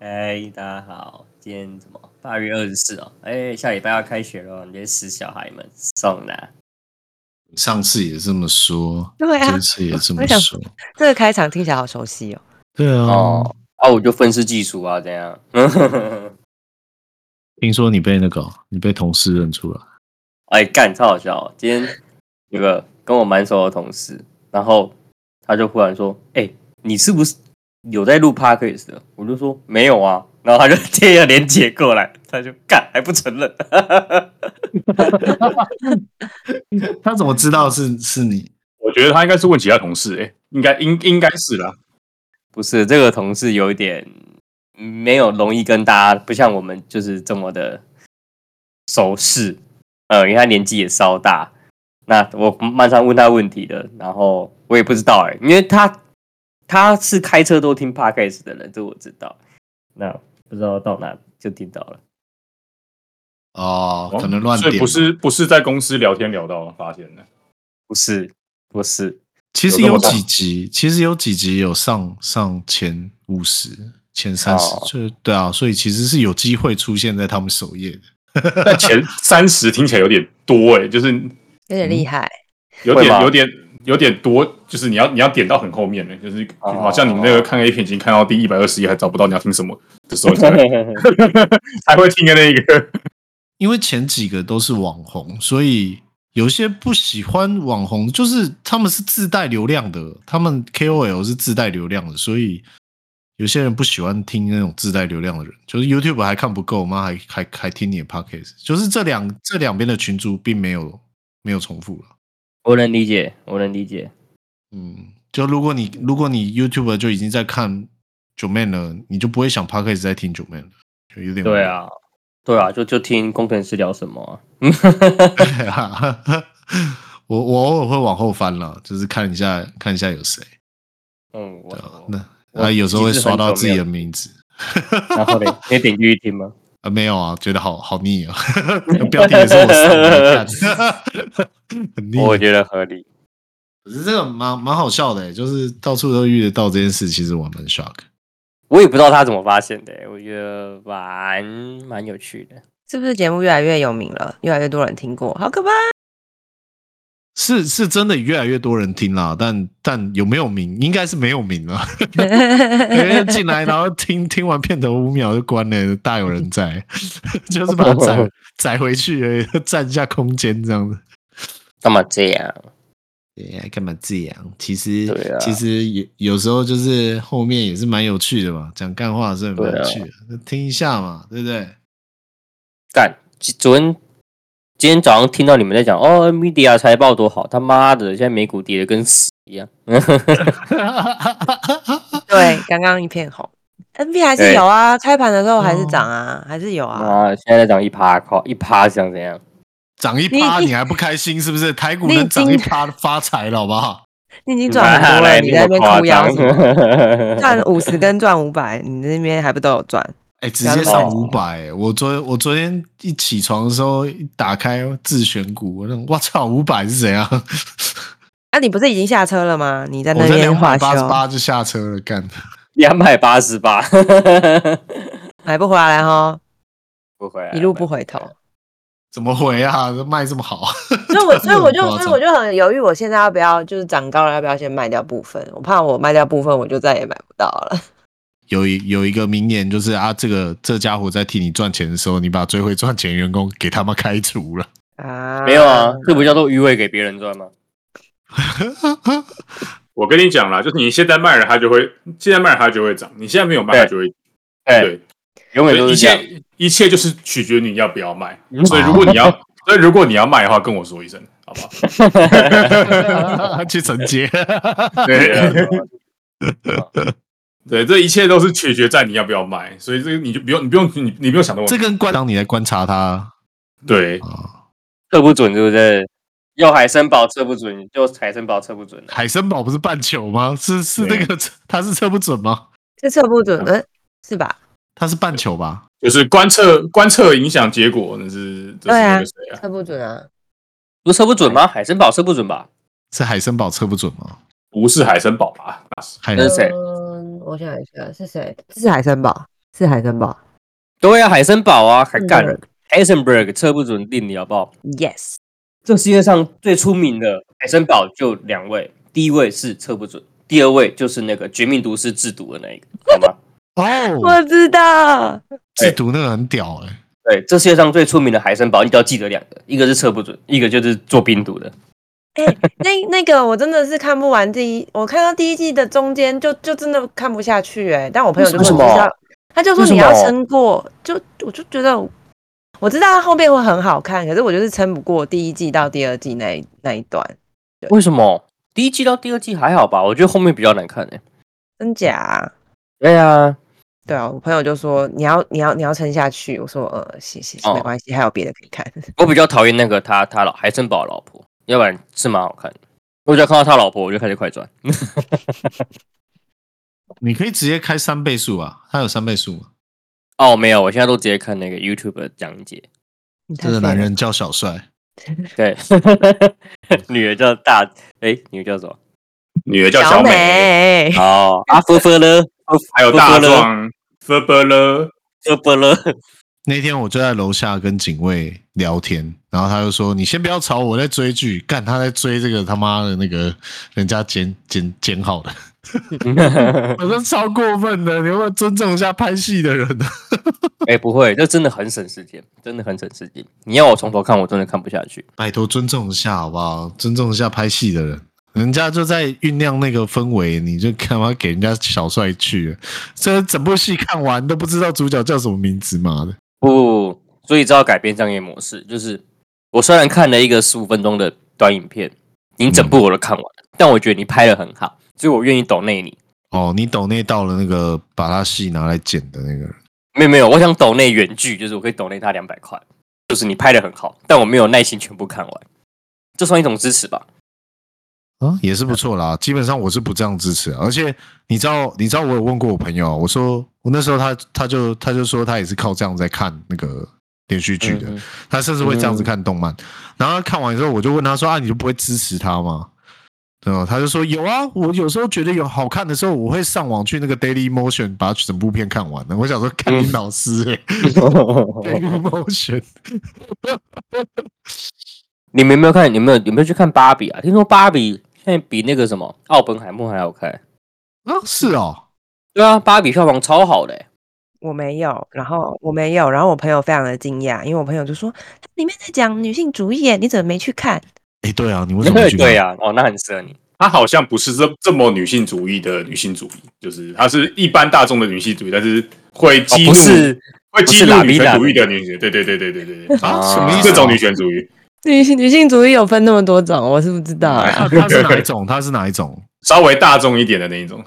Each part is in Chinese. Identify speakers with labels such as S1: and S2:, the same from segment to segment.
S1: 哎、大家好，今天怎么八月二十四哦？哎、下礼拜要开学了，你这些死小孩们，送啦！
S2: 上次也这么说，
S3: 对啊
S2: 这，次也这么
S3: 我想
S2: 说，
S3: 这个开场听起来好熟悉哦。
S2: 对啊。
S1: 哦，啊，我就愤世嫉俗啊，怎样？
S2: 听说你被那个哦，你被同事认出来，
S1: 哎、干，超好笑哦、今天有个跟我蛮熟的同事，然后他就忽然说：“哎、你是不是有在录 podcast 的？”我就说：“没有啊。”然后他就贴了链接过来，他就干还不承认。
S2: 他怎么知道是是你？
S4: 我觉得他应该是问其他同事，哎、应该应应该是啦。
S1: 不是这个同事有一点嗯没有容易跟大家，不像我们就是这么的熟识。呃，因为他年纪也稍大，那我漫上问他问题的，然后我也不知道哎、因为他他是开车都听 podcast 的人，这我知道。那不知道到哪就听到了，
S2: 哦，可能乱
S4: 所以
S2: 点。
S4: 不，是不是在公司聊天聊到发现的，
S1: 不是不是，
S2: 其实
S4: 有这
S2: 有
S4: 么
S2: 几集，其实有几集有上上前五十、前三十
S1: 哦，
S2: 就对啊，所以其实是有机会出现在他们首页的。
S4: 但 前三十听起来有点多哎、就是
S3: 有点厉害，
S4: 有
S1: 会吗
S4: 点有点有点多，就是你要你要点到很后面的、就是
S1: 哦
S4: 好像你那个看 A 片已经看到第一百二十一，还找不到你要听什么的时候，你才 才会听的那个。
S2: 因为前几个都是网红，所以有些不喜欢网红，就是他们是自带流量的，他们 KOL 是自带流量的，所以有些人不喜欢听那种自带流量的人，就是 YouTube 还看不够，妈还还还听你的 Podcast，就是这两这两边的群主并没有没有重复了，
S1: 我能理解，我能理解。
S2: 嗯，就如果你如果你 YouTube 就已经在看九妹了，你就不会想 Podcast 在听九妹了，就有点
S1: 对啊，对啊，就就听工程师聊什么、啊。
S2: 对啊，我我偶尔会往后翻了，就是看一下看一下有谁。
S1: 嗯，我
S2: 对啊
S1: 我
S2: 那
S1: 我
S2: 啊，有时候会刷到自己
S1: 其实
S2: 的
S1: 很久
S2: 名字
S1: 然 后呢，你有点进去听吗？
S2: 啊，没有啊，觉得好好腻 啊，标题也是我删的，看 很腻。
S1: 我觉得合理。
S2: 可是这个蛮蛮好笑的、欸就是到处都遇得到这件事，其实我还蛮 shock。
S1: 我也不知道他怎么发现的、我觉得蛮蛮有趣的。
S3: 是不是节目越来越有名了，越来越多人听过，好可 怕！
S2: 是是真的越来越多人听啦，但但有没有名，应该是没有名了。因为进来然后听听完片头五秒就关了，大有人在， 就是把它载载回去而已，占一下空间这样子。
S1: 干嘛这样？
S2: 对呀，干嘛这样？其实，
S1: 对啊
S2: 其实有有时候就是后面也是蛮有趣的嘛，讲干话是很蛮
S1: 对啊
S2: 有趣的，那听一下嘛，对不 对？
S1: 干！昨昨天今天早上听到你们在讲哦，NVIDIA 财报多好，他妈的，现在美股跌的跟屎一样。
S3: 对，刚刚一片红，NB 还是
S1: 对
S3: 有啊，开盘的时候还是涨啊，还是 有啊。
S1: 啊，现在在涨一趴，靠，一趴想怎样？
S2: 涨一趴你还不开心是不是？台股
S3: 你已
S2: 能涨一
S3: 经
S2: 趴发财了好不好？
S3: 你已 经
S1: 你
S3: 赚很
S1: 啊
S3: 多了，你在那边哭腰什么？
S1: 腰
S3: 赚五十跟赚五百，你那边还不都有赚？
S2: 哎、直接
S3: 哦
S2: 上五百、哎我昨我昨天一起床的时候，一打开自选股，我那种我操，五百是怎样？
S3: 啊，你不是已经下车了吗？ 你在
S2: 我
S3: 那
S2: 在
S3: 边
S2: 两
S3: 化
S2: 百八十
S3: 修，
S2: 八就下车了，干。
S1: 两百八十八，
S3: 买不回来哈，
S1: 不啊回来，
S3: 一路不回头。
S2: 怎么回啊？卖这么好，
S3: 所以我，所以我就，
S2: 很夸张
S3: 所以我就很犹豫，我现在要不要就是涨高了，要不要先卖掉部分？我怕我卖掉部分，我就再也买不到了。
S2: 有一有一个名言就是啊，这个这家伙在替你赚钱的时候，你把最会赚钱的员工给他们开除了。
S3: 啊，
S1: 没有啊，这不叫做余味给别人赚吗？
S4: 我跟你讲啦，就是你现在卖了它就会，现在卖了它就会涨，你现在没有卖它就会
S1: 哎、
S4: 对，
S1: 永远
S4: 所
S1: 都
S4: 以一
S1: 是这样。 哦
S4: 切一切就是取决于你要不要卖。所以如果你要，所以如果你要卖的话，跟我说一声，好吧？
S2: 去承接。
S4: 对啊对，这一切都是取决在你要不要买，所以这个你就不用，你不用，你你不用想那么
S2: 这跟观当你来观察他
S4: 对，
S2: 啊，
S1: 测不准，对不对？用海参堡测不准，用海参堡测不准。啊
S2: 海森堡不是半球吗？是是那个他是测不准吗？
S3: 这测不准，呃，是吧？
S2: 他是半球吧？
S4: 就是观测观测影响结果，那是这是
S3: 对啊
S4: 那个谁啊？
S3: 测不准啊！
S1: 不是测不准吗？海参堡测不准吧？
S2: 是海森堡测不准吗？
S4: 不是海森堡吧？那是
S2: 海
S1: 那是谁
S3: 嗯，我想一下是谁？是海森堡，是海森堡。
S1: 对啊，海参堡啊，还干
S3: 嗯
S1: Heisenberg 测不准定理好不好？
S3: Yes，
S1: 这世界上最出名的海参堡就两位，第一位是测不准，第二位就是那个《绝命毒师》制毒的那一个，好吗？
S2: 哦，
S3: 我知道。
S2: 制毒那个很屌哎、
S1: 对，这世界上最出名的海参堡，你只要记得两个，一个是测不准，一个就是做冰毒的。
S3: 那 那个我真的是看不完第一，我看到第一季的中间就就真的看不下去哎、但我朋友就
S1: 为
S3: 说
S1: 什
S3: 你
S1: 么
S3: 就是要，他就说
S1: 为什
S3: 你
S1: 么
S3: 要撑过，就我就觉得我知道它后面会很好看，可是我就是撑不过第一季到第二季那一那一段，
S1: 为什么？第一季到第二季还好吧？我觉得后面比较难看欸诶、
S3: 真假啊、
S1: 对啊，
S3: 对啊，我朋友就说你要你要你要撑下去，我说呃行行行，没
S1: 哦
S3: 关系，还有别的可以看。
S1: 我比较讨厌那个他他老海参堡老婆，要不然是蛮好看的。我只要看到他老婆，我就开始快转。
S2: 你可以直接开三倍速啊，它有三倍速吗？
S1: 哦，没有，我现在都直接看那个 YouTube 的讲解。
S3: 你太
S2: 这个
S3: 废
S2: 男
S3: 了
S2: 人叫小帅，
S1: 对， 女的叫大，哎，女的叫什么？
S4: 女的叫
S3: 小
S4: 小美，
S3: 美，
S1: 哦，阿夫夫勒，
S4: 还有
S1: 夫夫
S4: 大
S1: 勒，
S4: 壮 f e r l
S1: 夫夫勒，
S2: 那天我就在楼下跟警卫聊天，然后他就说：“你先不要吵我，我在追剧。”干，他在追这个他妈的那个人家剪剪剪好的，我说超过分的，你有没有尊重一下拍戏的人呢？
S1: 哎，不会，这真的很省时间，真的很省时间。你要我从头看，我真的看不下去。
S2: 拜托尊重一下好不好？尊重一下拍戏的人，人家就在酝酿那个氛围，你就干嘛给人家小帅去了？这整部戏看完都不知道主角叫什么名字，妈的！
S1: 不不，不所以知道改变商业模式，就是我虽然看了一个十五分钟的短影片，你整部我都看完了，但我觉得你拍的很好，所以我愿意抖内你。
S2: 哦，你抖内到了那个把他戏拿来剪的那个人。
S1: 没有没有，我想抖内原剧，就是我可以抖内他两百块，就是你拍的很好，但我没有耐心全部看完，这算一种支持吧。
S2: 啊，也是不错啦。基本上我是不这样支持啊，而且你知道，你知道我有问过我朋友啊，我说我那时候他他就他就说他也是靠这样在看那个连续剧的，
S1: 嗯嗯
S2: 他甚至会这样子看动漫。然后他看完之后，我就问他说啊，你就不会支持他吗？对吧？他就说有啊，我有时候觉得有好看的时候，我会上网去那个 Daily Motion 把整部片看完的。我想说，看你老师、欸 Daily Motion
S1: 你们有没有看？有没有有没有去看芭比啊？听说芭比现在比那个什么奥本海默还好看。
S2: 啊，是哦，
S1: 对啊，芭比票房超好的欸、
S3: 我没有，然后我没有，然后我朋友非常的惊讶，因为我朋友就说它里面在讲女性主义耶，你怎么没去看？
S2: 哎、对啊，你为什么不
S1: 对
S2: 去看？
S1: 对啊，哦，那很适合你。
S4: 她好像不是这这么女性主义的女性主义，就是她是一般大众的女性主义，但是会
S1: 哦
S4: 激，怒、
S1: 不是
S4: 会激
S1: 不是
S4: 怒
S1: 拉
S4: 女
S1: 比达
S4: 权
S1: 的
S4: 主义的女性，对对对对对对对，
S2: 啊，
S1: 啊
S2: 什么意思、
S4: 这
S2: 啊？
S4: 种女权主义，
S3: 女性女性主义有分那么多种，我是不知道啊。
S2: 他他是哪一种？他是哪一 种？
S4: 稍微大众一点的那一种，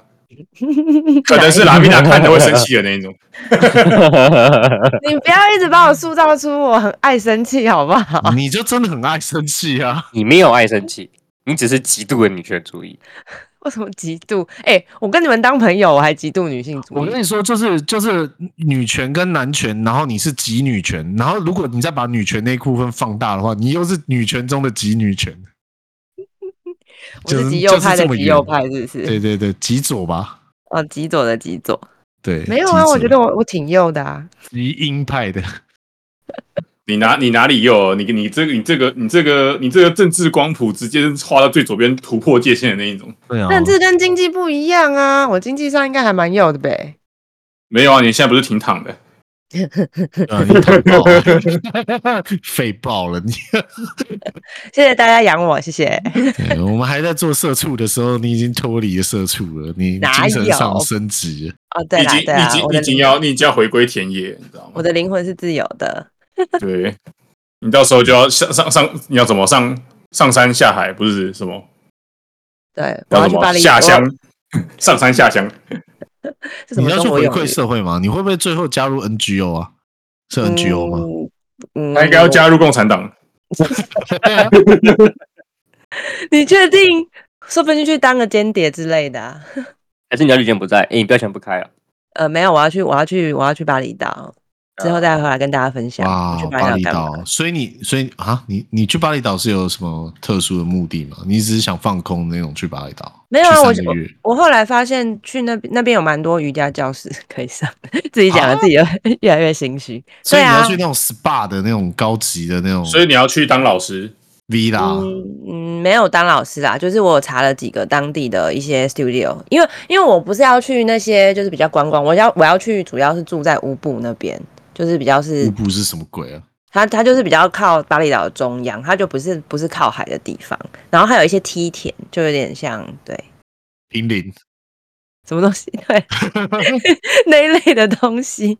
S4: 可能是拉米达看的会生气的那一种。
S1: 哦
S3: 你不要一直把我塑造出我很爱生气，好不好？
S2: 你就真的很爱生气啊！
S1: 你没有爱生气，你只是极度的女权主义。
S3: 为什么嫉妒？哎、我跟你们当朋友，我还嫉妒女性主
S2: 我
S3: 义
S2: 跟。你说，就是就是女权跟男权，然后你是极女权，然后如果你再把女权那一部分放大的话，你又是女权中的极女权。
S3: 我是
S2: 就是
S3: 极右派
S2: 就是
S3: 的
S2: 这么
S3: 极
S2: 远
S3: 右派，是不是？
S2: 对对对，极左吧？
S3: 哦，极左的极左。
S2: 对，
S3: 没有啊，
S2: 极左
S3: 我觉得我我挺右的啊。
S2: 极鹰派的。
S4: 你哪你哪里有？你你这个你这个你这个你这个政治光谱直接画到最左边，突破界限的那一种。
S2: 对啊
S3: 但 这跟经济不一样啊，我经济上应该还蛮右的呗。
S4: 没有啊，你现在不是挺躺的？
S2: 啊，你太爆了， 废爆了你！
S3: 谢谢大家养我，谢谢。
S2: 对我们还在做社畜的时候，你已经脱离了社畜了，你
S3: 哪
S2: 精神上
S3: 有
S2: 升级了。
S3: 哦，
S4: 你
S3: 对
S4: 已
S3: 啦
S4: 经
S3: 对
S4: 你已
S3: 啦，
S4: 经
S3: 我
S4: 你
S3: 的
S4: 已经
S3: 灵
S4: 要你已经要回归田野，你知道
S3: 我
S4: 吗？
S3: 的灵魂是自由的。
S4: 对，你到时候就要上上上，你要怎么上上山下海不是什么
S3: 对，我
S4: 叫
S3: 要
S4: 什
S3: 去巴
S4: 么
S3: 黎
S4: 下乡
S3: 我，
S4: 上山下乡，
S3: 是什
S2: 你
S3: 么
S2: 要
S3: 中
S2: 去
S3: 国
S2: 回
S3: 用
S2: 馈
S3: 语
S2: 社会吗？你会不会最后加入 NGO 啊？是 NGO 吗？
S3: 嗯，
S4: 他应该要加入共产党。
S3: 嗯。你确定？说不定去当个间谍之类的啊、
S1: 还是你要旅店不在？哎、你不要想不开啊！
S3: 呃，没有，我要去，我要去，我要去巴厘岛，之
S4: 啊
S3: 后再回来跟大家分享。
S2: 哇
S3: 我去，
S2: 巴
S3: 厘
S2: 厘
S3: 干嘛
S2: 岛！所以你，所以啊，你你去巴厘岛是有什么特殊的目的吗？你只是想放空那种去巴厘岛？
S3: 没有啊
S2: 去
S3: 我
S2: 三个月
S3: 我后来发现去那边那边有蛮多瑜伽教室可以上，自己讲
S4: 啊
S3: 的自 己又越来越心虚。
S2: 所以你
S3: 对啊
S2: 要去那种 SPA 的那种高级的那种
S4: 所以你要去当老师，
S2: villa，
S3: 嗯嗯，没有当老师啦，就是我有查了几个当地的一些 studio，因为因为我不是要去那些就是比较观光，我要我要去主要是住在乌布那边，就是比较是
S2: 乌布是什么鬼啊？
S3: 它它就是比较靠巴厘岛的中央，它就不是不是靠海的地方，然后还有一些梯田，就有点像对
S2: 平林，
S3: 嗯什么东西 对那一类的东西，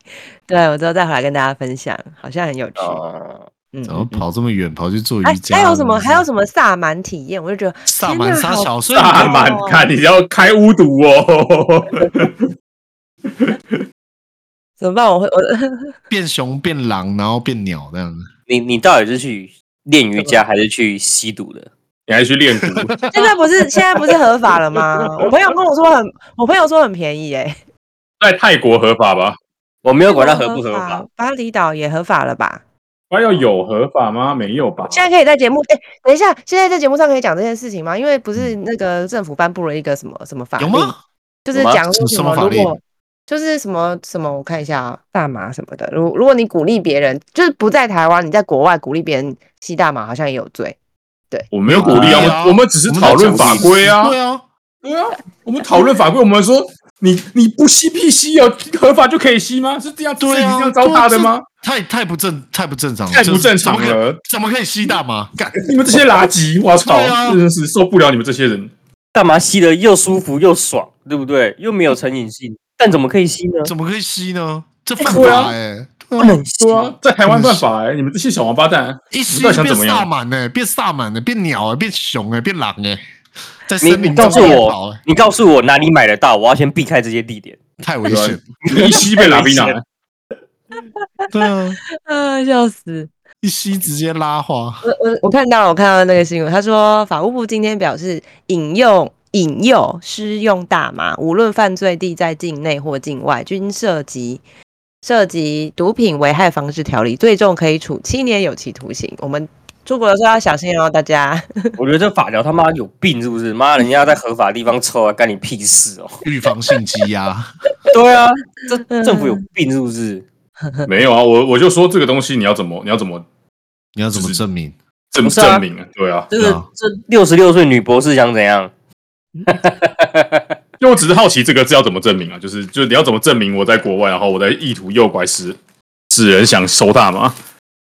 S3: 对我之后再回来跟大家分享，好像很有趣，
S1: 哦、
S3: 嗯
S2: 然后。跑这么远跑去做
S3: 还
S2: 瑜伽？
S3: 哎还有什么？
S2: 真的是
S3: 还有什么萨满体验？我就觉得
S2: 萨
S3: 天
S2: 满
S3: 哪
S2: 沙
S3: 好
S2: 小？所啊以你
S4: 大满
S3: 哦
S4: 看你要开巫毒哦。
S3: 怎么办？我会我
S2: 变熊变狼，然后变鸟这样子。
S1: 你你到底是去练瑜伽还是去吸毒的？
S4: 你还去练蛊？
S3: 现在不是 现在不是合法了吗？我朋友跟我说很，我朋友说很便宜哎、
S4: 在泰国合法吧？
S1: 我没有管它合不合法，？
S3: 巴厘岛也合法了吧？
S4: 还要有合法吗？没有吧？
S3: 现在可以在节目哎、等一下，现在在节目上可以讲这件事情吗？因为不是那个政府颁布了一个什么什么法
S2: 有
S3: 令，
S2: 吗？
S3: 就是
S1: 有吗
S3: 讲说
S2: 什
S3: 什
S2: 么
S3: 么
S2: 法
S3: 如
S2: 令
S3: 果就是什么什么，我看一下啊，大麻什么的。如如果你鼓励别人，就是不在台湾，你在国外鼓励别人吸大麻，好像也有罪。
S4: 我没有鼓励
S2: 没有
S4: 啊，我
S2: 鼓励
S4: 们
S2: 啊
S4: 我们只是讨论法规啊。
S2: 对啊，
S4: 对啊，我们讨论法规，我们说你你不吸屁吸哦，合法就可以吸吗？是这样
S2: 对
S4: 是
S2: 啊，
S4: 这样糟蹋的吗？
S2: 对啊？这太太不正，太不正常了，
S4: 太不正常
S2: 就是怎么可
S4: 了！
S2: 怎么可以吸大麻？干
S4: 你们这些垃圾，我操
S2: 对，啊
S4: 真的是受不了你们这些人。
S1: 干嘛吸的又舒服又爽，对不对？又没有成瘾性，但怎么可以吸呢？
S2: 怎么可以吸呢？这犯
S4: 对啊
S2: 法哎！
S1: 不能吸
S4: 对啊，在台湾犯法哎，你们这些小王八蛋，
S2: 一吸
S4: 你到底想
S2: 变
S4: 怎么
S2: 萨
S4: 样？
S2: 满哎呢，变萨满呢，变鸟哎，变熊哎，变狼哎，在
S1: 你
S2: 森
S1: 你
S2: 林
S1: 告
S2: 中
S1: 诉
S2: 奔跑
S1: 我
S3: 啊
S2: 欸，，
S1: 你告诉我哪里买得到？我要先避开这些地点。
S2: 太危险了。
S4: 你一吸被拉比拿，
S2: 对啊，
S3: 啊，笑死！
S2: 一吸直接拉花。
S3: 我我我看到了，我看到那个新闻，他说法务部今天表示，引诱引诱施用大麻，无论犯罪地在境内或境外，均涉及涉及毒品危害防治条例，最重可以处七年有期徒刑。我们出国的时候要小心哦，大家。
S1: 我觉得这法条他妈有病是不是？妈，人家在合法地方抽啊，干你屁事哦！
S2: 预防性积压，
S1: 对啊， 这政府
S3: 嗯
S1: 有病是不是？
S4: 没有啊，我我就说这个东西你要怎么你要怎么
S2: 你要怎么证明？
S4: 证
S1: 不是啊
S4: 证明啊？对啊，
S1: 这
S2: 对
S1: 个
S2: 啊
S1: 这六十六岁女博士想怎样？
S4: 因为我只是好奇这个是要怎么证明啊？就是就是你要怎么证明我在国外，然后我在意图诱拐使使人想收大麻？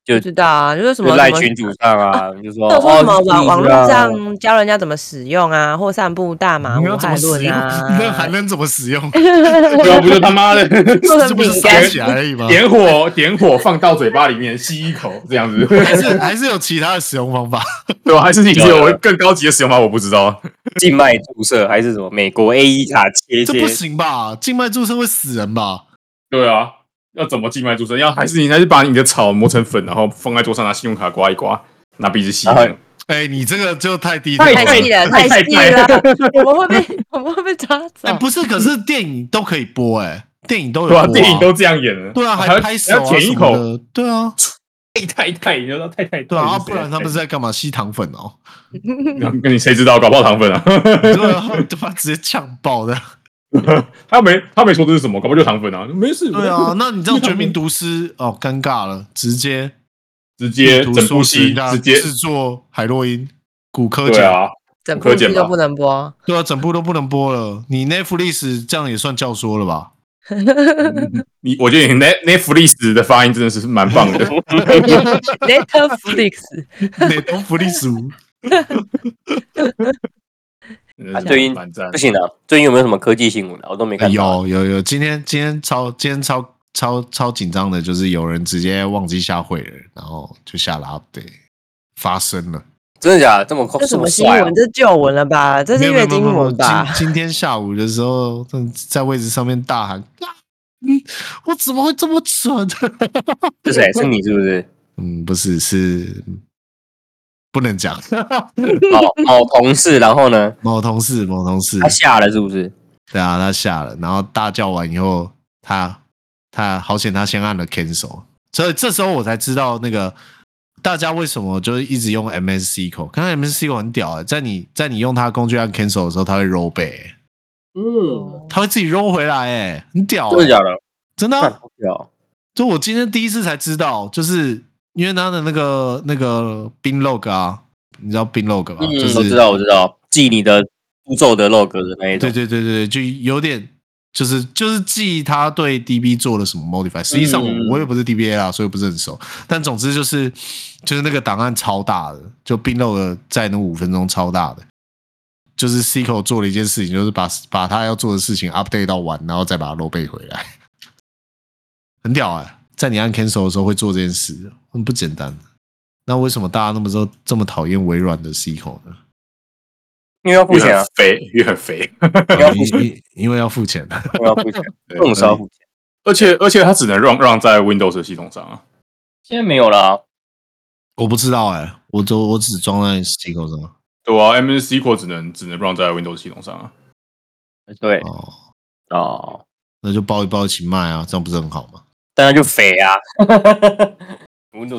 S3: 不知道啊，就是什
S1: 就
S3: 么
S1: 赖
S3: 什么
S1: 群主上 啊，你就说
S3: 有说
S1: 哦
S3: 什么网网络
S1: 是啊
S3: 上教人家怎么使用啊，或散布大麻
S2: 你
S3: 无
S2: 要怎
S3: 害
S2: 么使
S3: 论
S2: 用？那还
S3: 啊，
S2: 能怎么使用？
S4: 对啊，不 就他妈的
S3: 做
S2: 这
S3: 成
S2: 不
S3: 饼
S2: 是烧
S3: 干。
S2: 起来而已吗？
S4: 点火点火放到嘴巴里面吸一口这 样子，
S2: 还是还是有其他的使用方法？
S4: 对啊吧、还是你有更高级的使用法？我不知道。啊
S1: 静脉注射还是什么美国 A 一卡切
S2: 这
S1: 切
S3: 啊
S2: 不，行吧？静脉注射会死人吧？
S4: 对啊，要怎么静脉注射？要还是你还是把你的草磨成粉，然后放在桌上，拿信用卡刮一刮，拿鼻子吸。
S1: 然后
S2: 哎、你这个就太低调了。
S3: 太细了，太
S4: 太
S3: 细 了，我们会被我们会被抓走
S2: 哎、。不是，可是电影都可以播、哎，电影都有
S4: 对
S2: 播、
S4: 啊，电影都这样演了。
S2: 对啊，
S4: 还要
S2: 还拍手
S4: 还要
S2: 啊
S4: 舔
S2: 什
S4: 一
S2: 么
S4: 口，
S2: 的，对啊，
S4: 太太太，你知道太太
S2: 对
S4: 太
S2: 啊，
S4: 是
S2: 啊
S4: 谁
S2: 不然他们是在干嘛？吸糖粉哦，
S4: 跟你谁知道？搞不好糖粉啊。
S2: 对啊，他妈直接呛爆的，
S4: 他没他没说这是什么，搞不好就糖粉啊，没事。
S2: 对啊，那你这样绝命毒师哦，尴尬了，直接
S4: 直接
S2: 毒
S4: 整部
S2: 素食
S4: 戏
S2: 人家
S4: 直接
S2: 制作海洛因、骨科
S4: 对
S2: 碱，
S4: 啊，
S3: 整
S4: 柯
S3: 部剧
S4: 碱
S3: 都
S4: 吧
S3: 不能播，
S2: 对啊，整部都不能播了，你 Netflix 这样也算教唆了吧？
S4: 你我觉得你 Net Netflix 的发音真的是蛮棒 的。
S3: Netflix
S2: 美东福 利鼠，
S1: 啊最近
S4: 蛮赞
S1: 不，行啊！最近有没有什么科技新闻啊？我都没看
S3: 哎
S1: 到。
S2: 有有有，今天今天超今天超超超紧张的，就是有人直接忘记下会了，然后就下了 update，发生了。
S1: 真的假的？这么快
S3: 这
S1: 这
S3: 什
S1: 么
S3: 么新
S1: 帅啊
S3: 闻？？这旧闻了吧？这
S2: 哦没
S3: 是
S2: 有
S3: 月
S2: 没有
S3: 经
S2: 没有没有
S3: 文吧？
S2: 今今天下午的时候，正在位置上面大喊：“啊，嗯，我怎么会这么蠢？”
S1: 是谁？是你是不是？
S2: 嗯，不是，是不能讲。
S1: 某某哦同事，然后呢，
S2: 某同事，某同事
S1: 他，下了是不是？
S2: 对啊，他下了，然后大叫完以后，他他好险，他先按了 cancel，所以这时候我才知道那个大家为什么就是一直用 MSC 口，刚刚 MSC 口很屌啊、在你在你用它的工具按 cancel 的时候，它会 roll back，欸、
S4: 嗯，
S2: 它会自己 roll 回来、欸，很屌、
S1: 哦真的
S2: 欸，
S1: 假的？
S2: 真的啊、
S1: 干好屌哦
S2: 就我今天第一次才知道，就是因为它的那个那个 bin log 啊，你知道 bin log 吧？
S1: 嗯，
S2: 啊就是
S1: 我知道，我知道，记你的步骤的 log 的那一种
S2: 对。对对对，对就有点就是就是记他对 DB 做了什么 modify。实际上我、
S1: 嗯
S2: 我也不是 DBA 啦，所以不是很熟。但总之就是就是那个档案超大的，就 bin log 在那五分钟超大的。就是 C 口做了一件事情，就是把把他要做的事情 update 到完，然后再把它 roll back 回来，很屌哎、在你按 cancel 的时候会做这件事，很不简单。那为什么大家那么说这么讨厌微软的 C 口呢？
S1: 因为要付
S4: 越
S1: 钱啊
S4: 很，肥，越很肥，
S1: 因为要付
S2: 因
S1: 钱，
S2: 因因为要付钱。啊
S1: 因为要 付钱，这种时候要付钱。
S4: 而且而且它只能让让在 Windows 的系统上啊。
S1: 现在没有了啊，
S2: 我不知道哎、我
S1: 嗯
S2: 都我只装在 SQL 上。
S4: 对啊，MS SQL 只能只能让在 Windows 系统上啊。
S1: 哎对
S2: 哦，
S1: 哦，
S2: 那就包一包一起卖啊，这样不是很好吗？
S1: 当然就肥啊。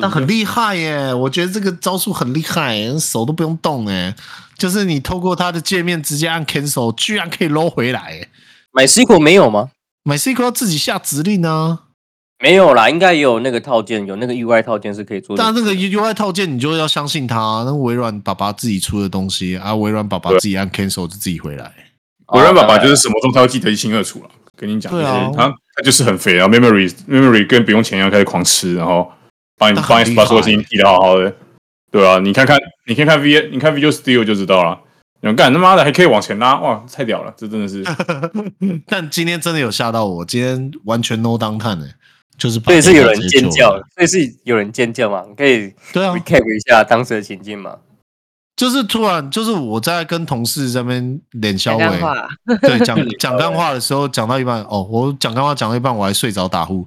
S2: 那很厉害耶、我觉得这个招数很厉害耶、手都不用动哎、就是你透过它的界面直接按 cancel，居然可以搂回来、耶
S1: 买 SQL 没有吗？
S2: 买 SQL 要自己下指令啊，
S1: 没有啦，应该也有那个套件，有那个 UI 套件是可以做的。哦
S2: 但那个 UI 套件你就要相信它、啊那微软爸爸自己出的东西啊，微软爸爸自己按 cancel 就自己回来。
S1: 哦
S4: 我认爸爸就是
S1: 是
S4: 什么东西他会记得一清二楚了。跟你讲，就
S2: 对
S4: 是
S2: 啊
S4: 他他就是很肥，然后 memory memory 跟不用钱一样开始狂吃，然后帮你
S2: 他很
S4: 帮你
S2: 厉
S4: 把
S2: 害
S4: 所有事情记得好好的。对啊，你看看你看看 V 你看 Visual Studio 就知道了。你干他妈的还可以往前拉，哇，太屌了！这真的 是
S2: 但今天真的有吓到我，今天完全 no 当探哎、就是把
S1: 所以是有人
S2: 直接
S1: 尖
S2: 救
S1: 叫
S2: 回来，
S1: 所以是有人尖叫嘛？你可以
S2: 对啊，
S1: recap 一下当时的情境嘛？
S2: 就是突然，就是我在跟同事在那边脸消
S3: 讲
S2: 委，
S3: 干话，
S2: 对讲 讲干话的时候，讲到一半，哦，我讲干话讲到一半，我还睡着打呼，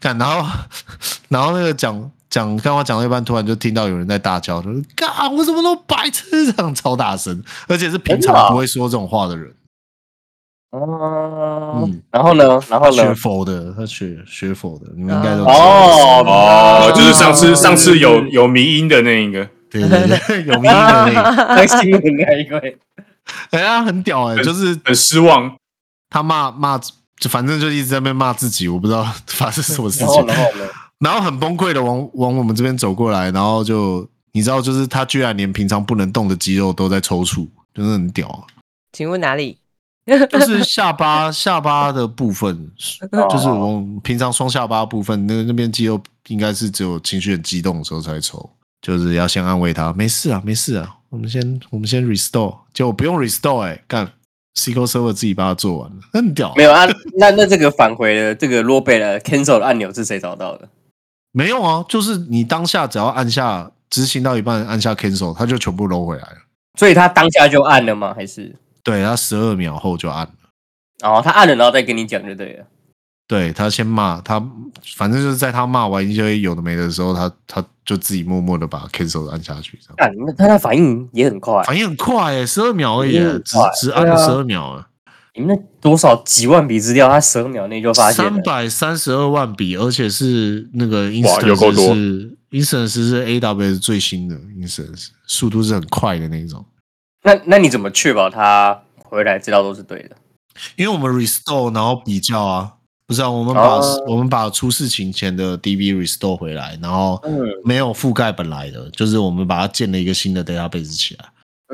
S2: 干，然后 然后那个讲讲干话讲到一半，突然就听到有人在大叫，就是干，我怎么都白痴这样超大声，而且是平
S1: 真的啊
S2: 常不会说这种话的人，
S1: 哦
S2: 嗯，
S1: 然后呢？然后
S2: 他学
S1: 呢？
S2: 佛的，他学学佛的，你们应该都知道
S1: 啊哦
S4: 哦，就是上次
S1: 哦
S4: 上次 有有迷音的那一个，
S2: 对对对，有名的那个，
S1: 开心的那一 位，
S2: 哎呀，很屌哎、就是
S4: 很失望。
S2: 他骂骂，就反正就一直在那边骂自己，我不知道发生什么事
S1: 然后
S2: 情
S1: 然。后呢？
S2: 然后很崩溃的往往我们这边走过来，然后就你知道，就是他居然连平常不能动的肌肉都在抽搐，就是很屌啊、
S3: 请问哪里？
S2: 就是下巴下巴的部分，就是
S1: 哦
S2: 我们平常双下巴部分，那那边肌肉应该是只有情绪很激动的时候才抽，就是要先安慰他，没事啊，没事啊，我们先我们先 restore，结果不用 restore，哎、干 SQL Server 自己把它做完了，很屌啊、
S1: 没有啊？那那这个返回的这个落贝的 cancel 的按钮是谁找到的？
S2: 没有啊，就是你当下只要按下执行到一半，按下 cancel，它就全部搂回来了。
S1: 所以他当下就按了吗？还是
S2: 对，它十二秒后就按了。
S1: 哦，他按了然后再跟你讲就对了。
S2: 对他先骂他，反正就是在他骂完一些有的没的时候，他他就自己默默的把 cancel 按下去，这样
S1: 干，啊那他的反应也很快，
S2: 反应很快耶、1十二秒而已耶、
S1: 嗯
S2: 只
S1: 快
S2: 只按了
S1: 对啊
S2: 十二秒啊，
S1: 你们那多少几万笔资料，他十二秒内就发现
S2: 三
S1: 了。
S2: 百三十二万笔，而且是那个
S4: 哇有够
S2: instance
S4: 多
S2: 是 instance 是 AWS 最新的 instance，速度是很快的那种。
S1: 那那你怎么确保他回来资料都是对的？
S2: 因为我们 restore 然后比较啊，不是啊，我们把、
S1: 哦
S2: 我们把出事情前的 DB restore 回来，然后
S1: 嗯
S2: 没有覆盖本来的，就是我们把它建了一个新的 database 起来，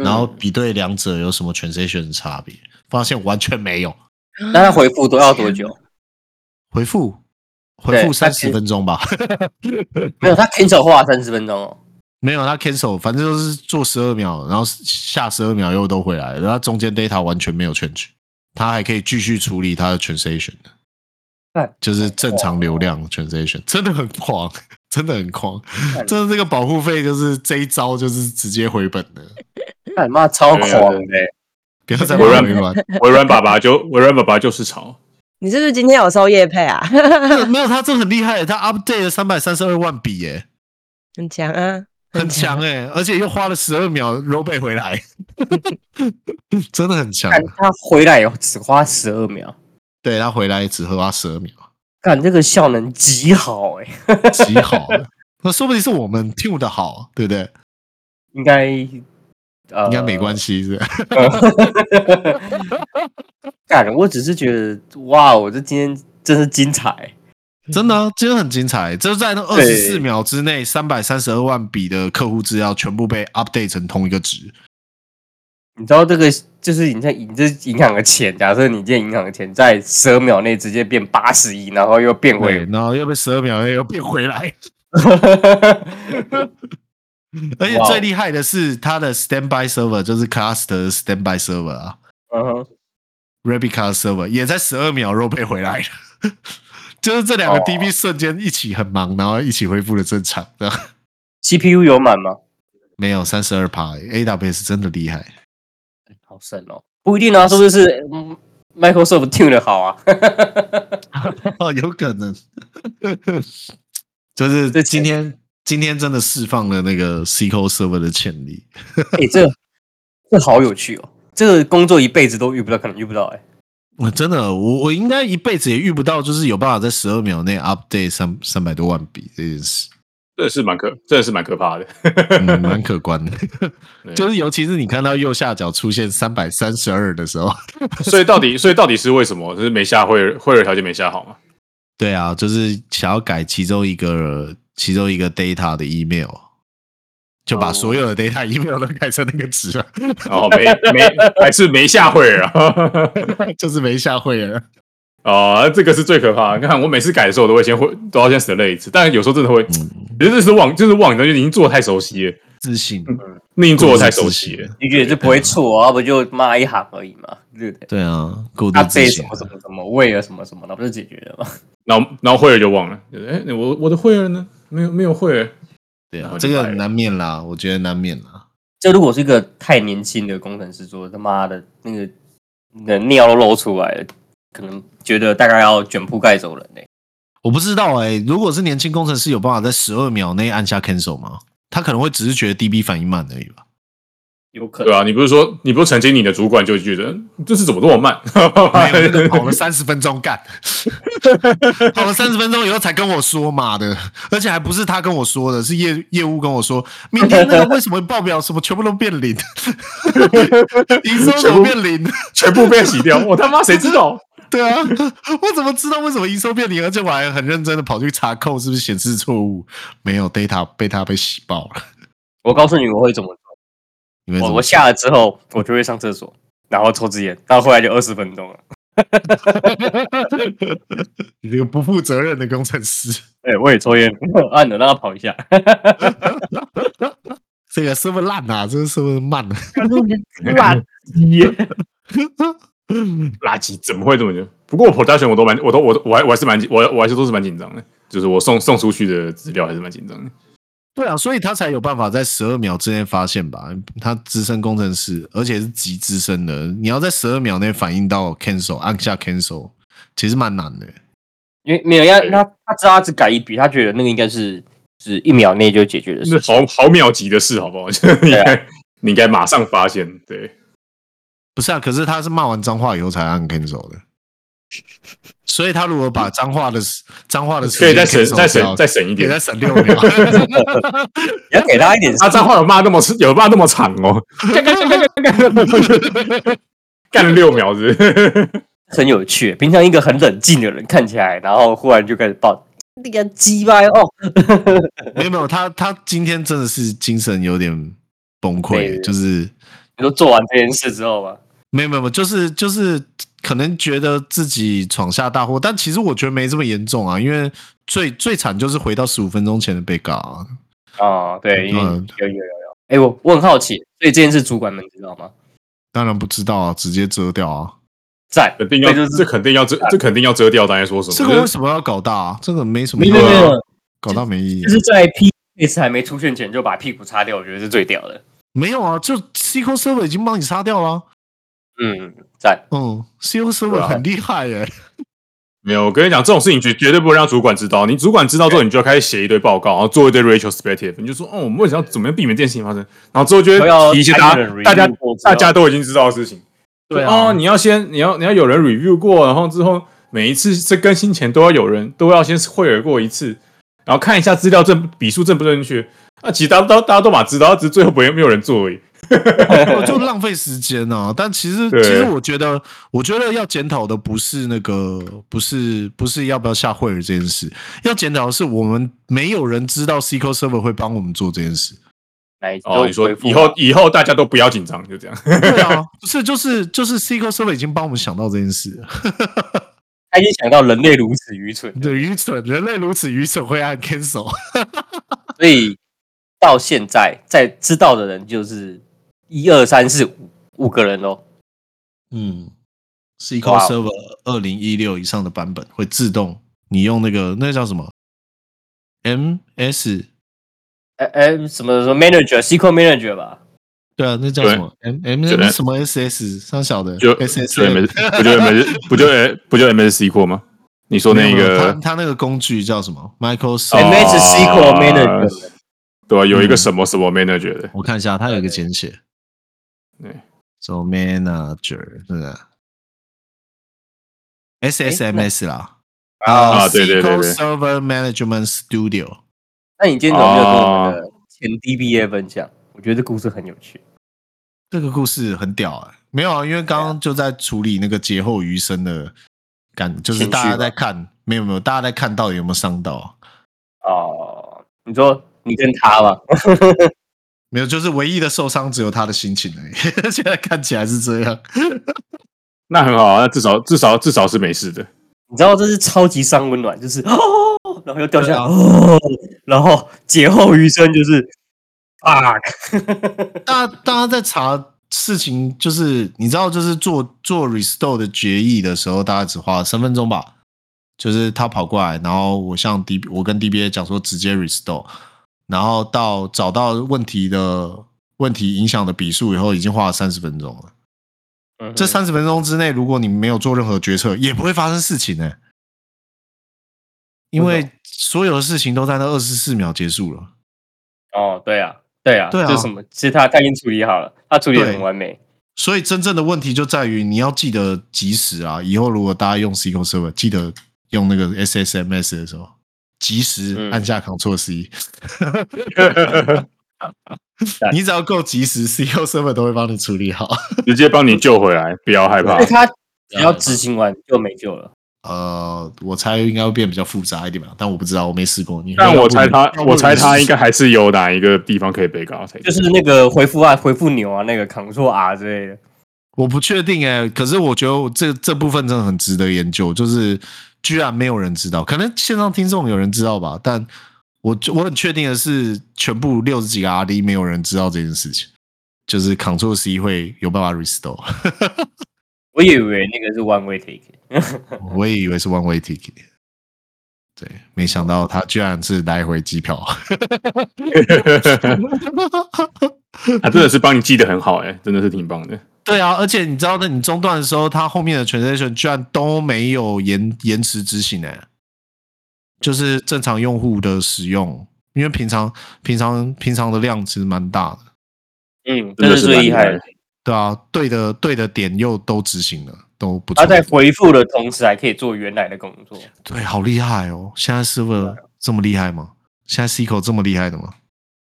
S1: 嗯
S2: 然后比对两者有什么 transaction 的差别，发现完全没有。
S1: 那他回复都要多久？
S2: 回复回复
S1: 对它
S2: 三
S1: 其
S2: 十
S1: 实
S2: 分钟吧，
S1: 没有，他 cancel 花三十分钟哦。
S2: 没有，他 cancel，反正就是做十二秒，然后下十二秒又都回来了，然后中间 data 完全没有 change，他还可以继续处理他的 transaction
S1: 干
S2: 就是正常流量 transaction，真的很狂，真的很狂，真的这个保护费就是这一招就是直接回本的，
S1: 干妈超狂的、
S2: 不要再玩没玩。
S4: 微软爸爸就微软爸爸就是潮，
S3: 你是不是今天有收叶配啊？
S2: 没有，他真的很厉害，他 update 了三百三十二万笔，耶，
S3: 很强啊，
S2: 很强哎，而且又花了十二秒 roll back 回来， 真的很强。
S1: 看他回来有只花十二秒，
S2: 对他回来只花十二秒，
S1: 看这个效能极好哎、
S2: 极好了。 那说不定是我们 tune 的好，对不对？
S1: 应该呃
S2: 应该没关系，是吧
S1: 干，我只是觉得哇，我这今天真是精彩，
S2: 真的啊、今天很精彩。就是在那二十四秒之内，三百三十二万笔的客户资料全部被 update 成同一个值。
S1: 你知道这个就是你在你这银行的钱，假设你这银行的钱在十二秒内直接变八十亿，然后又变
S2: 对
S1: 回，，
S2: 然后又被十二秒又变回来。而且最厉害的是，它的 standby server 就是 cluster standby server 啊
S1: 嗯哼，
S2: ，Replica server 也在十二秒肉被回来了。 就是这两个
S1: 哦
S2: DB 瞬间一起很忙，然后一起恢复了正常。这样
S1: CPU 有满吗？
S2: 没有三十二趴，AWS 真的厉害。
S1: 好省哦，不一定啊，说不定是、嗯 Microsoft tune 的好啊。
S2: 哦，有可能，就是
S1: 这
S2: 今天今天真的释放了那个 SQL Server 的潜力。
S1: 哎、这这好有趣哦，这个工作一辈子都遇不到，可能遇不到哎、
S2: 我真的，我我应该一辈子也遇不到，就是有办法在十二秒内 update 三三百多万笔这件事，
S4: 真的是蛮可，真的是蛮可怕的。
S2: 嗯，蛮可观的。
S4: 对
S2: 就是尤其是你看到右下角出现三百三十二的时候，
S4: 所以到底，所以到底是为什么？就是没下惠尔惠尔条件没下好吗？
S2: 对啊，就是想要改其中一个其中一个 data 的 email，就把
S4: 哦
S2: 所有的 data email 都改成那个值了，
S4: 哦，没没，还是没下惠尔啊？
S2: 就是没下会了。
S4: 哦，这个是最可怕的。你看，我每次改的时候，我都会先会都要先 delay 一次，但有时候真的会，其实这是忘，就是忘，你知道，就已经做的太熟悉了，
S2: 自信，
S1: 嗯
S4: 你已经做的太熟悉了。
S1: 你觉得就不会错啊，不就骂一行而已嘛，对不对？
S2: 对啊，固
S1: 他
S2: 定自
S1: 背什
S2: 信啊
S1: 么什么什么，为了什么什么，那不就解决了吗？
S4: 然后然后惠尔就忘了，就是哎、我我的惠尔呢？没有没有惠尔，
S2: 对
S4: 然
S2: 啊
S4: 后，就
S2: 这个
S4: 来了
S2: 难免啦，我觉得难免啦。
S1: 这如果是一个太年轻的工程师做，他妈的那个你的尿都露出来了，可能觉得大概要卷铺盖走人嘞、
S2: 我不知道哎、如果是年轻工程师，有办法在十二秒内按下 cancel 吗？他可能会只是觉得 DB 反应慢而已吧。
S1: 有可
S4: 对
S1: 能。
S4: 啊，你不是说你不是曾经你的主管就觉得这次怎么这么慢？
S2: 没有，那
S1: 哎
S2: 个跑了三十分钟干，跑了三十分钟以后才跟我说妈的，而且还不是他跟我说的，是业业务跟我说，明天那个为什么报表什么全部都变零， 营收怎么变零？
S4: 全部被洗掉，我他妈谁知道？
S2: 对啊，我怎么知道为什么营收变零？而且我还很认真的跑去查扣是不是显示错误，没有 data 被他被洗爆了。
S1: 我告诉你我会怎么做
S2: 你们怎
S1: 我
S2: 么
S1: 我下了之后，我就会上厕所，然后抽支烟，到后来就二十分钟了。
S2: 你这个不负责任的工程师，
S1: 哎、我也抽烟， 按了让他跑一下。
S2: 这个是不是烂啊？这个是不是慢啊？
S1: 垃圾！
S4: 垃圾怎么会这么久？不过 production 我都蛮，我都我都我还我还是蛮紧我我还是都是蛮紧张的，就是我送送出去的资料还是蛮紧张的。
S2: 对啊，所以他才有办法在十二秒之内发现吧？他资深工程师，而且是极资深的，你要在十二秒内反应到 cancel，按下 cancel，其实蛮难的。
S1: 因为没有要
S4: 对
S1: 他，他知道他只改一笔，他觉得那个应该是是一秒内就解决的
S4: 那
S1: 事
S4: 是
S1: 情。
S4: 毫毫秒级的事，好不 好？就是你应
S1: 对
S4: 该你应该马上发现，对，
S2: 不是啊，可是他是骂完脏话以后才按 cancel 的，所以他如果把脏话的时脏话的时
S4: 嗯可以再
S2: 间
S4: 省
S2: cancel
S4: 再省
S2: 掉
S4: 再省一
S2: 也
S4: 点
S2: 再。省六秒。
S1: 你要给他一点
S4: 他脏话有骂那么有骂那么长哦， 干干干干干干干，干了六秒子，
S1: 很有趣。平常一个很冷静的人看起来，然后忽然就开始爆那个鸡掰哦，
S2: 没有没有，他他今天真的是精神有点崩
S1: 对
S2: 溃，就是
S1: 你说做完这件事之后吧，
S2: 没有没有，没有就是就是可能觉得自己闯下大祸，但其实我觉得没这么严重啊，因为最最惨就是回到十五分钟前的被告啊，
S1: 哦，对，因为有
S2: 嗯
S1: 有有有，哎、我我很好奇，所以这件事主管们知道吗？
S2: 当然不知道啊，直接遮掉啊，
S1: 赞，
S4: 肯定要
S1: 这就
S4: 这
S1: 是
S4: 肯定要遮这肯定要遮掉，大家说什么？
S2: 这个为什么要搞大、啊？这个没什么
S1: 没有没有没有，
S2: 搞到没意义
S1: 就。是在 P 那次还没出现前就把屁股擦掉，我觉得是最屌的。
S2: 没有啊，就 SQL Server 已经帮你擦掉了。啊
S1: 嗯，赞。
S2: 嗯，SQL
S4: 对
S2: Server
S4: 啊
S2: 很厉害耶、
S4: 没有，我跟你讲，这种事情绝绝对不会让主管知道。你主管知道之后，你就要开始写一堆报告，然后做一堆 retrospective，你就说，哦，我们为什么要怎么样避免这件事情发生？然后之后就
S1: 都要
S4: 会提一些大
S1: 还
S4: 家
S1: 有人
S4: 大家
S1: review 过之后
S4: 大家都已经知道的事情。
S2: 对啊
S4: 就哦，你要先你要你要有人 review 过，然后之后每一次这更新前都要有人都要先会耳过一次，然后看一下资料正笔数正不正确。啊，其实大家都大家都把知道，只是最后不会没有人做而已。
S2: 我 哦就浪费时间啊。但其实，
S4: 对
S2: 其实我觉得，我觉得要检讨的不是那个，不是不是要不要下惠尔这件事，要检讨的是我们没有人知道 SQL Server 会帮我们做这件事。
S1: 来，
S4: 哦，你说
S1: 恢复
S4: 以后
S1: 吧
S4: 以后大家都不要紧张，就这样。
S2: 对啊，不是就是就是 SQL Server 已经帮我们想到这件事了。
S1: 他已经想到人类如此愚蠢，
S2: 对，愚蠢，人类如此愚蠢会按 cancel。
S1: 所以到现在在知道的人就是一二三四五五个人喽。
S2: 嗯
S1: 哇
S2: ，SQL Server 二零一六以上的版本会自动，你用那个那个叫什么 MS。
S1: 哎哎，什么什么 manager、SQL manager 吧？
S2: 对啊，那叫
S4: 对
S2: 什么 M M
S4: 就那
S2: 什么 SS 上小的
S4: 就
S2: SS
S4: 就 M 不就 M 不就 M 不就 MSC 过吗？你说那
S2: 没有没啊有
S4: 个
S2: 他他那个工具叫什么 Michael s
S4: 哦
S1: m s SQL manager
S4: 对啊，有
S2: 嗯
S4: 一个什么什么 manager 的，
S2: 我看一下，它有一个简写，
S4: 对，
S2: 什么 Manager 对的 SSMS 啦
S4: 啊对对对对
S2: SQL Server Management Studio
S1: 那你今天怎么没有跟我
S2: 哦
S1: 们的前 DBA 分享？我觉得这故事很有趣。
S2: 这个故事很屌哎、没有啊，因为刚刚就在处理那个劫后余生的感，就是
S1: 情绪
S2: 大家
S1: 吧
S2: 在看，没有没有，大家在看到底有没有伤到啊。
S1: 哦，你说你跟他吧，
S2: 没有，就是唯一的受伤只有他的心情而已。 现在看起来是这样，
S4: 那很好啊，那至少至少至少是没事的。
S1: 你知道这是超级伤温暖，就是哦，然后又掉下来，
S2: 对啊
S1: 哦，然后劫后余生就是啊，
S2: 大家大家在查事情，就是你知道，就是做做 restore 的决议的时候，大概只花了三分钟吧。就是他跑过来，然后我向 D 我跟 DBA 讲说直接 restore，然后到找到问题的问题影响的笔数以后，已经花了三十分钟了。这三十分钟之内，如果你没有做任何决策，也不会发生事情呢、欸因
S1: 为什
S2: 为所有的事情都在那二十四秒结束了。
S1: 哦，对啊，对啊，
S2: 对啊
S1: 这是什么？其实他他已经处理好了，他处理得很
S2: 对
S1: 完美。
S2: 所以真正的问题就在于你要记得及时啊！以后如果大家用 SQL Server，记得用那个 SSMS 的时候，及时
S1: 嗯
S2: 按下 Ctrl C。你
S4: 哎
S2: 只要够及时，SQL Server 都会帮你处理好。
S4: 直接帮你救回来，不要害怕
S1: 因 为。他只要执行完就没救了。
S2: 呃，我猜应该会变比较复杂一点吧，但我不知道，我没试过。你
S4: 但我猜
S2: 要
S4: 他
S2: 不，然
S4: 我猜他应该还是有哪一个地方可以被告才对
S1: 就是那个回复啊，回复牛啊，那个 Ctrl R 之类的。
S2: 我不确定哎、可是我觉得我这这部分真的很值得研究，就是居然没有人知道，可能线上听众有人知道吧，但我我很确定的是，全部六十几个 RD 没有人知道这件事情，就是 Ctrl C 会有办法 restore，
S1: 我以为那个是 one way take，
S2: 我也以为是 one way ticket，对，没想到他居然是来回机票，
S4: 他真的是帮你记得很好，哎，真的是挺棒的。
S2: 对啊，而且你知道，那你中断的时候，它后面的 transaction 居然都没有延延迟执行诶、就是正常用户的使用，因为平常平常平常的量其实蛮大的，
S1: 嗯，
S4: 真的
S1: 这是
S4: 是
S1: 最
S4: 蛮
S1: 厉害
S4: 厉
S1: 的。
S2: 对啊，对的对的点又都执行了，都不错
S1: 他。在回复的同时还可以做原来的工作。
S2: 对，好厉害哦！现在
S1: 啊
S2: server 这么厉害吗？现在 SQL 这么厉害的吗？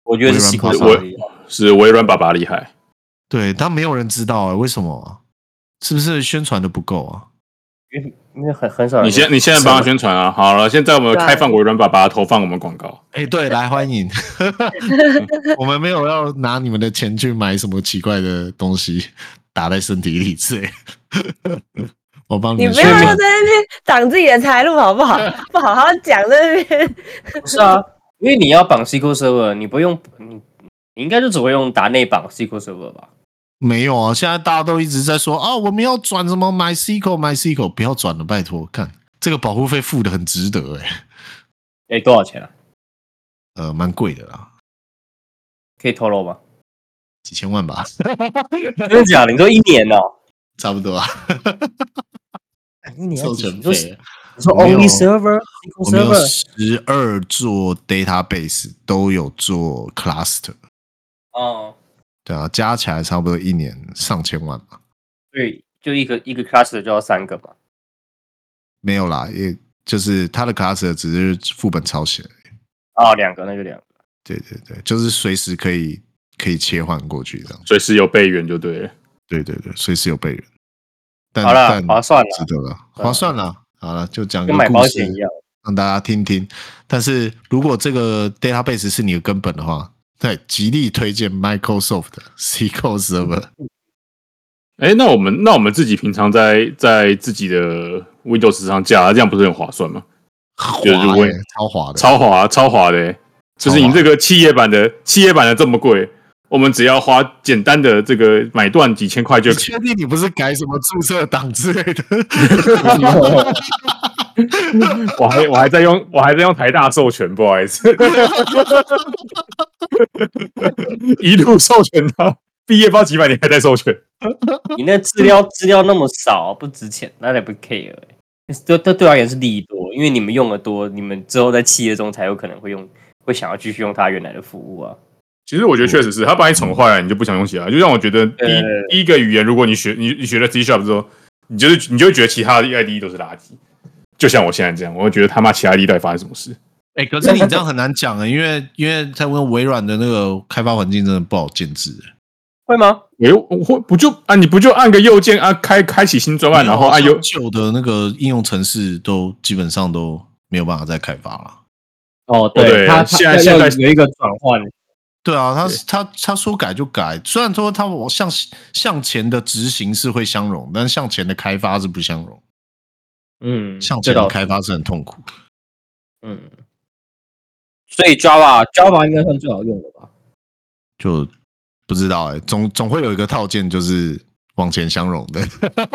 S1: 我觉得是
S2: 微软
S1: 西瓜
S2: 跑
S1: 超
S4: 道
S1: 厉害。
S4: 是微软爸爸厉害，
S2: 对，但没有人知道诶、为什么、啊？是不是宣传的不够啊？
S1: 因为很很少人
S4: 你现你现在帮他宣传啊！好了，现在我们开放微软爸爸投放我们广告，
S2: 哎、对，来欢迎。我们没有要拿你们的钱去买什么奇怪的东西打在身体里之类的。我帮
S3: 你
S2: 们
S3: 不
S2: 宣
S3: 要
S2: 传
S3: 在。那边挡自己的财路好 不好？不好好讲在那边。
S1: 不是啊，因为你要绑 SQL Server，你不用你你应该就只会用达内绑 SQL Server 吧？
S2: 没有啊，现在大家都一直在说啊，我们要转什么买 SQL 买 SQL，不要转了，拜托。看这个保护费付的很值得哎、
S1: 哎，多少钱啊？
S2: 呃蛮贵的啦，
S1: 可以透露吗？
S2: 几千万吧，
S1: 真的假的？你说一年哦、
S2: 差不多啊。
S1: 一年
S2: 授
S1: 要几
S2: 权
S1: 你说
S2: 费，
S1: 你说
S2: 我没有
S1: only server，
S2: 我
S1: single
S2: 们有
S1: server，
S2: 十二座 database 都有做 cluster，
S1: 哦，
S2: 对啊，加起来差不多一年上千万吧。
S1: 对，就一个一个 cluster 就要三个嘛。
S2: 没有啦，也就是他的 cluster 只是副本抄写，
S1: 哦，两个那就两个。
S2: 对对对，就是随时可以可以切换过去这样。
S4: 随时有备援就对了。
S2: 对对对，随时有备人。但
S1: 好啦
S2: 但
S1: 划算啦
S2: 值得了，划算了。好了，就讲个
S1: 跟买
S2: 故
S1: 保
S2: 事
S1: 险一样，
S2: 让大家听听。但是如果这个 database 是你的根本的话，对，极力推荐 Microsoft 的 SQL Server。
S4: 哎，那我们那我们自己平常在在自己的 Windows 上架，这样不是很划算吗？就是
S2: 滑
S4: 为
S2: 欸超滑的，
S4: 超划超划的、欸，就是你
S2: 超划
S4: 这个企业版的企业版的这么贵，我们只要花简单的这个买断几千块就
S2: 你确定你不是改什么注册档之类的？
S4: 我还我还在用我还在用台大授权，不好意思，一路授权到毕业包几百年还在授权，
S1: 你那资料资料那么少，不值钱，那也不 care 欸、这这对我而言是利多，因为你们用的多，你们之后在企业中才有可能会用，会想要继续用它原来的服务啊。
S4: 其实我觉得确实是，他把你宠坏了，你就不想用起来，就让我觉得第一
S1: 对
S4: 第一个语言，如果你学你你学了 C Sharp 之后，你就是你就会觉得其他的 EID E 都是垃圾，就像我现在这样，我会觉得他妈其他 EID E 到底发生什么事？
S2: 哎、可是你这样很难讲啊、因为因为他们微软的那个开发环境真的不好建制、欸
S1: 会吗？
S4: 我又我会不就啊？你不就按个右键啊，开开启新专案，
S1: 啊
S4: 然后啊按右
S2: 嗯像旧的那个应用程式都基本上都没有办法再开发了。
S1: 哦，
S4: 对对它它现在要现在
S1: 有一个转换，
S2: 对啊，他他他说改就改，虽然说他往向向前的执行是会相容，但向前的开发是不相容，
S1: 嗯，
S2: 向
S1: 这
S2: 前
S1: 倒
S2: 的
S1: 是
S2: 开发是很痛苦。
S1: 嗯，所以 Java Java 应该算最好用的吧？
S2: 就不知道哎、总总会有一个套件就是往前相容的，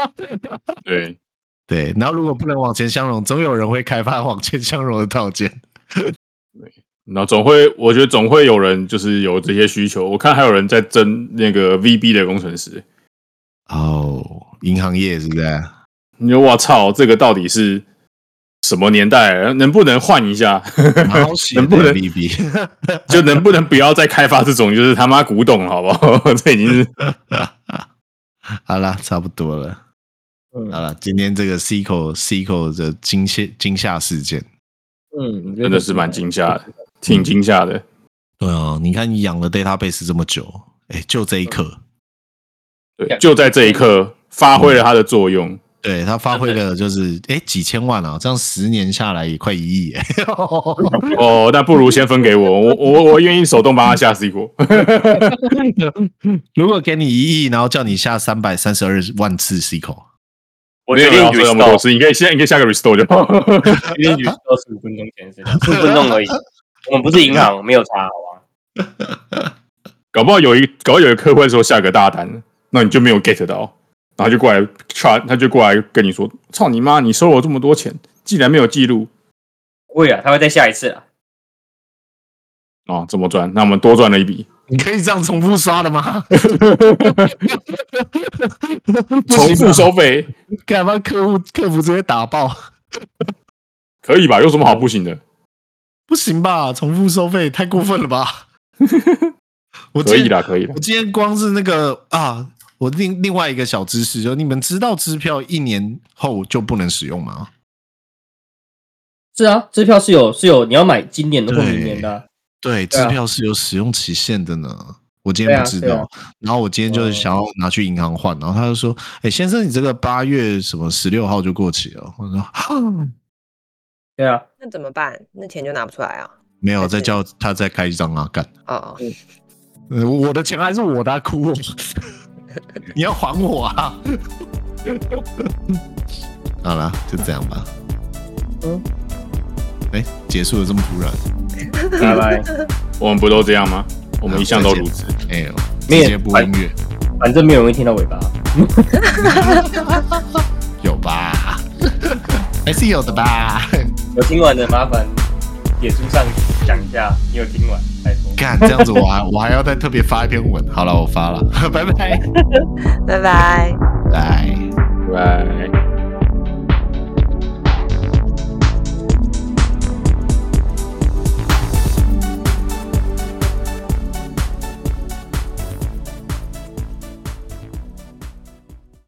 S4: 对，
S2: 对。然后如果不能往前相容，总有人会开发往前相容的套件。
S4: 然后总会我觉得总会有人就是有这些需求。我看还有人在争那个 VB 的工程师，
S2: 哦，银行业是不是？
S4: 你说我操，这个到底是什么年代？能不能换一下？
S2: 好写的
S4: 能不能
S2: BB？
S4: 就能不能不要再开发这种就是他妈古董了好不好？ 这已经是
S2: 好啦，差不多了。
S1: 嗯
S2: 好了，今天这个 C 口 C 口的惊吓惊吓事件。
S1: 嗯，
S4: 真的是蛮惊吓的，挺惊吓的。
S2: 对啊，你看你养了 database 这么久，哎，就这一刻，
S4: 对，
S1: 嗯
S4: 就在这一刻发挥了它的作用。
S2: 对它发挥 了就是哎几千万啊，这样十年下来也快一亿 哎。
S1: 嗯
S4: 哦，那不如先分给我， 我我我愿意手动帮他下 C 果。
S2: 如果给你一亿，然后叫你下三百三十二万次 C 口，
S1: 我
S4: 没
S1: 决
S4: 有
S1: 定
S4: 要说那么多
S1: restore，
S4: 次，你可以现在你可以下个 restore 就好。
S1: 我决定 restore 十五分钟前的事 情，十五分钟而已。我们不是银行，没有差，好吧？
S4: 搞不好有一搞不好有一个客户会说下个大单，那你就没有 get 到，然后就过来 tra，他就过来跟你说：“操你妈，你收了我这么多钱，竟然没有记录
S1: 不会啊，他会再下一次啊。
S4: 啊、哦，怎么赚？那我们多赚了一 笔，
S2: 你可以这样重复刷的吗？
S1: 啊
S4: 重复收费
S2: 干嘛？客户客服直接打爆，
S4: 可以吧？有什么好不行的？
S2: 不行吧？重复收费太过分 了吧？我
S4: 可
S2: 记
S4: 以
S2: 得。
S4: 啦，可以啦
S2: 我。今天光是那个啊，我另另外一个小知识，就是你们知道支票一年后就不能使用吗？
S1: 是啊，支票是有是有，你要买今年的或明年的啊。
S2: 对，支
S1: 对啊
S2: 票是有使用期限的呢。我今天不知
S1: 对啊
S2: 道，
S1: 对啊
S2: 然后我今天就是想要拿去银行换，然后他就说：“哎、先生，你这个八月什么十六号就过期了。”我说啊：“
S1: 对啊，
S3: 那怎么办？那钱就拿不出来啊！
S2: 没有，
S1: 哎
S3: 还是
S2: 再叫他再开一张啊，干，
S3: 哦，
S2: 呃我的钱还是我的、啊， 哭哦，你要还我啊！” 好了，就这样吧。
S1: 嗯，
S2: 哎、结束的这么突然。
S1: 拜拜。
S4: 我们不都这样吗？我们一向都如此。
S2: 哎呦，
S1: 没
S2: 直
S1: 有
S2: 接播音乐
S1: 反正没有人会听到尾巴。
S2: 有 吧？还是有的吧。
S1: 有听完的麻烦点出上。讲一下，你有听完，拜托。
S2: 干这样子，我还我还要再特别发一篇 文。好了，我发了，拜拜，
S3: 拜拜。
S2: 拜。
S4: 拜。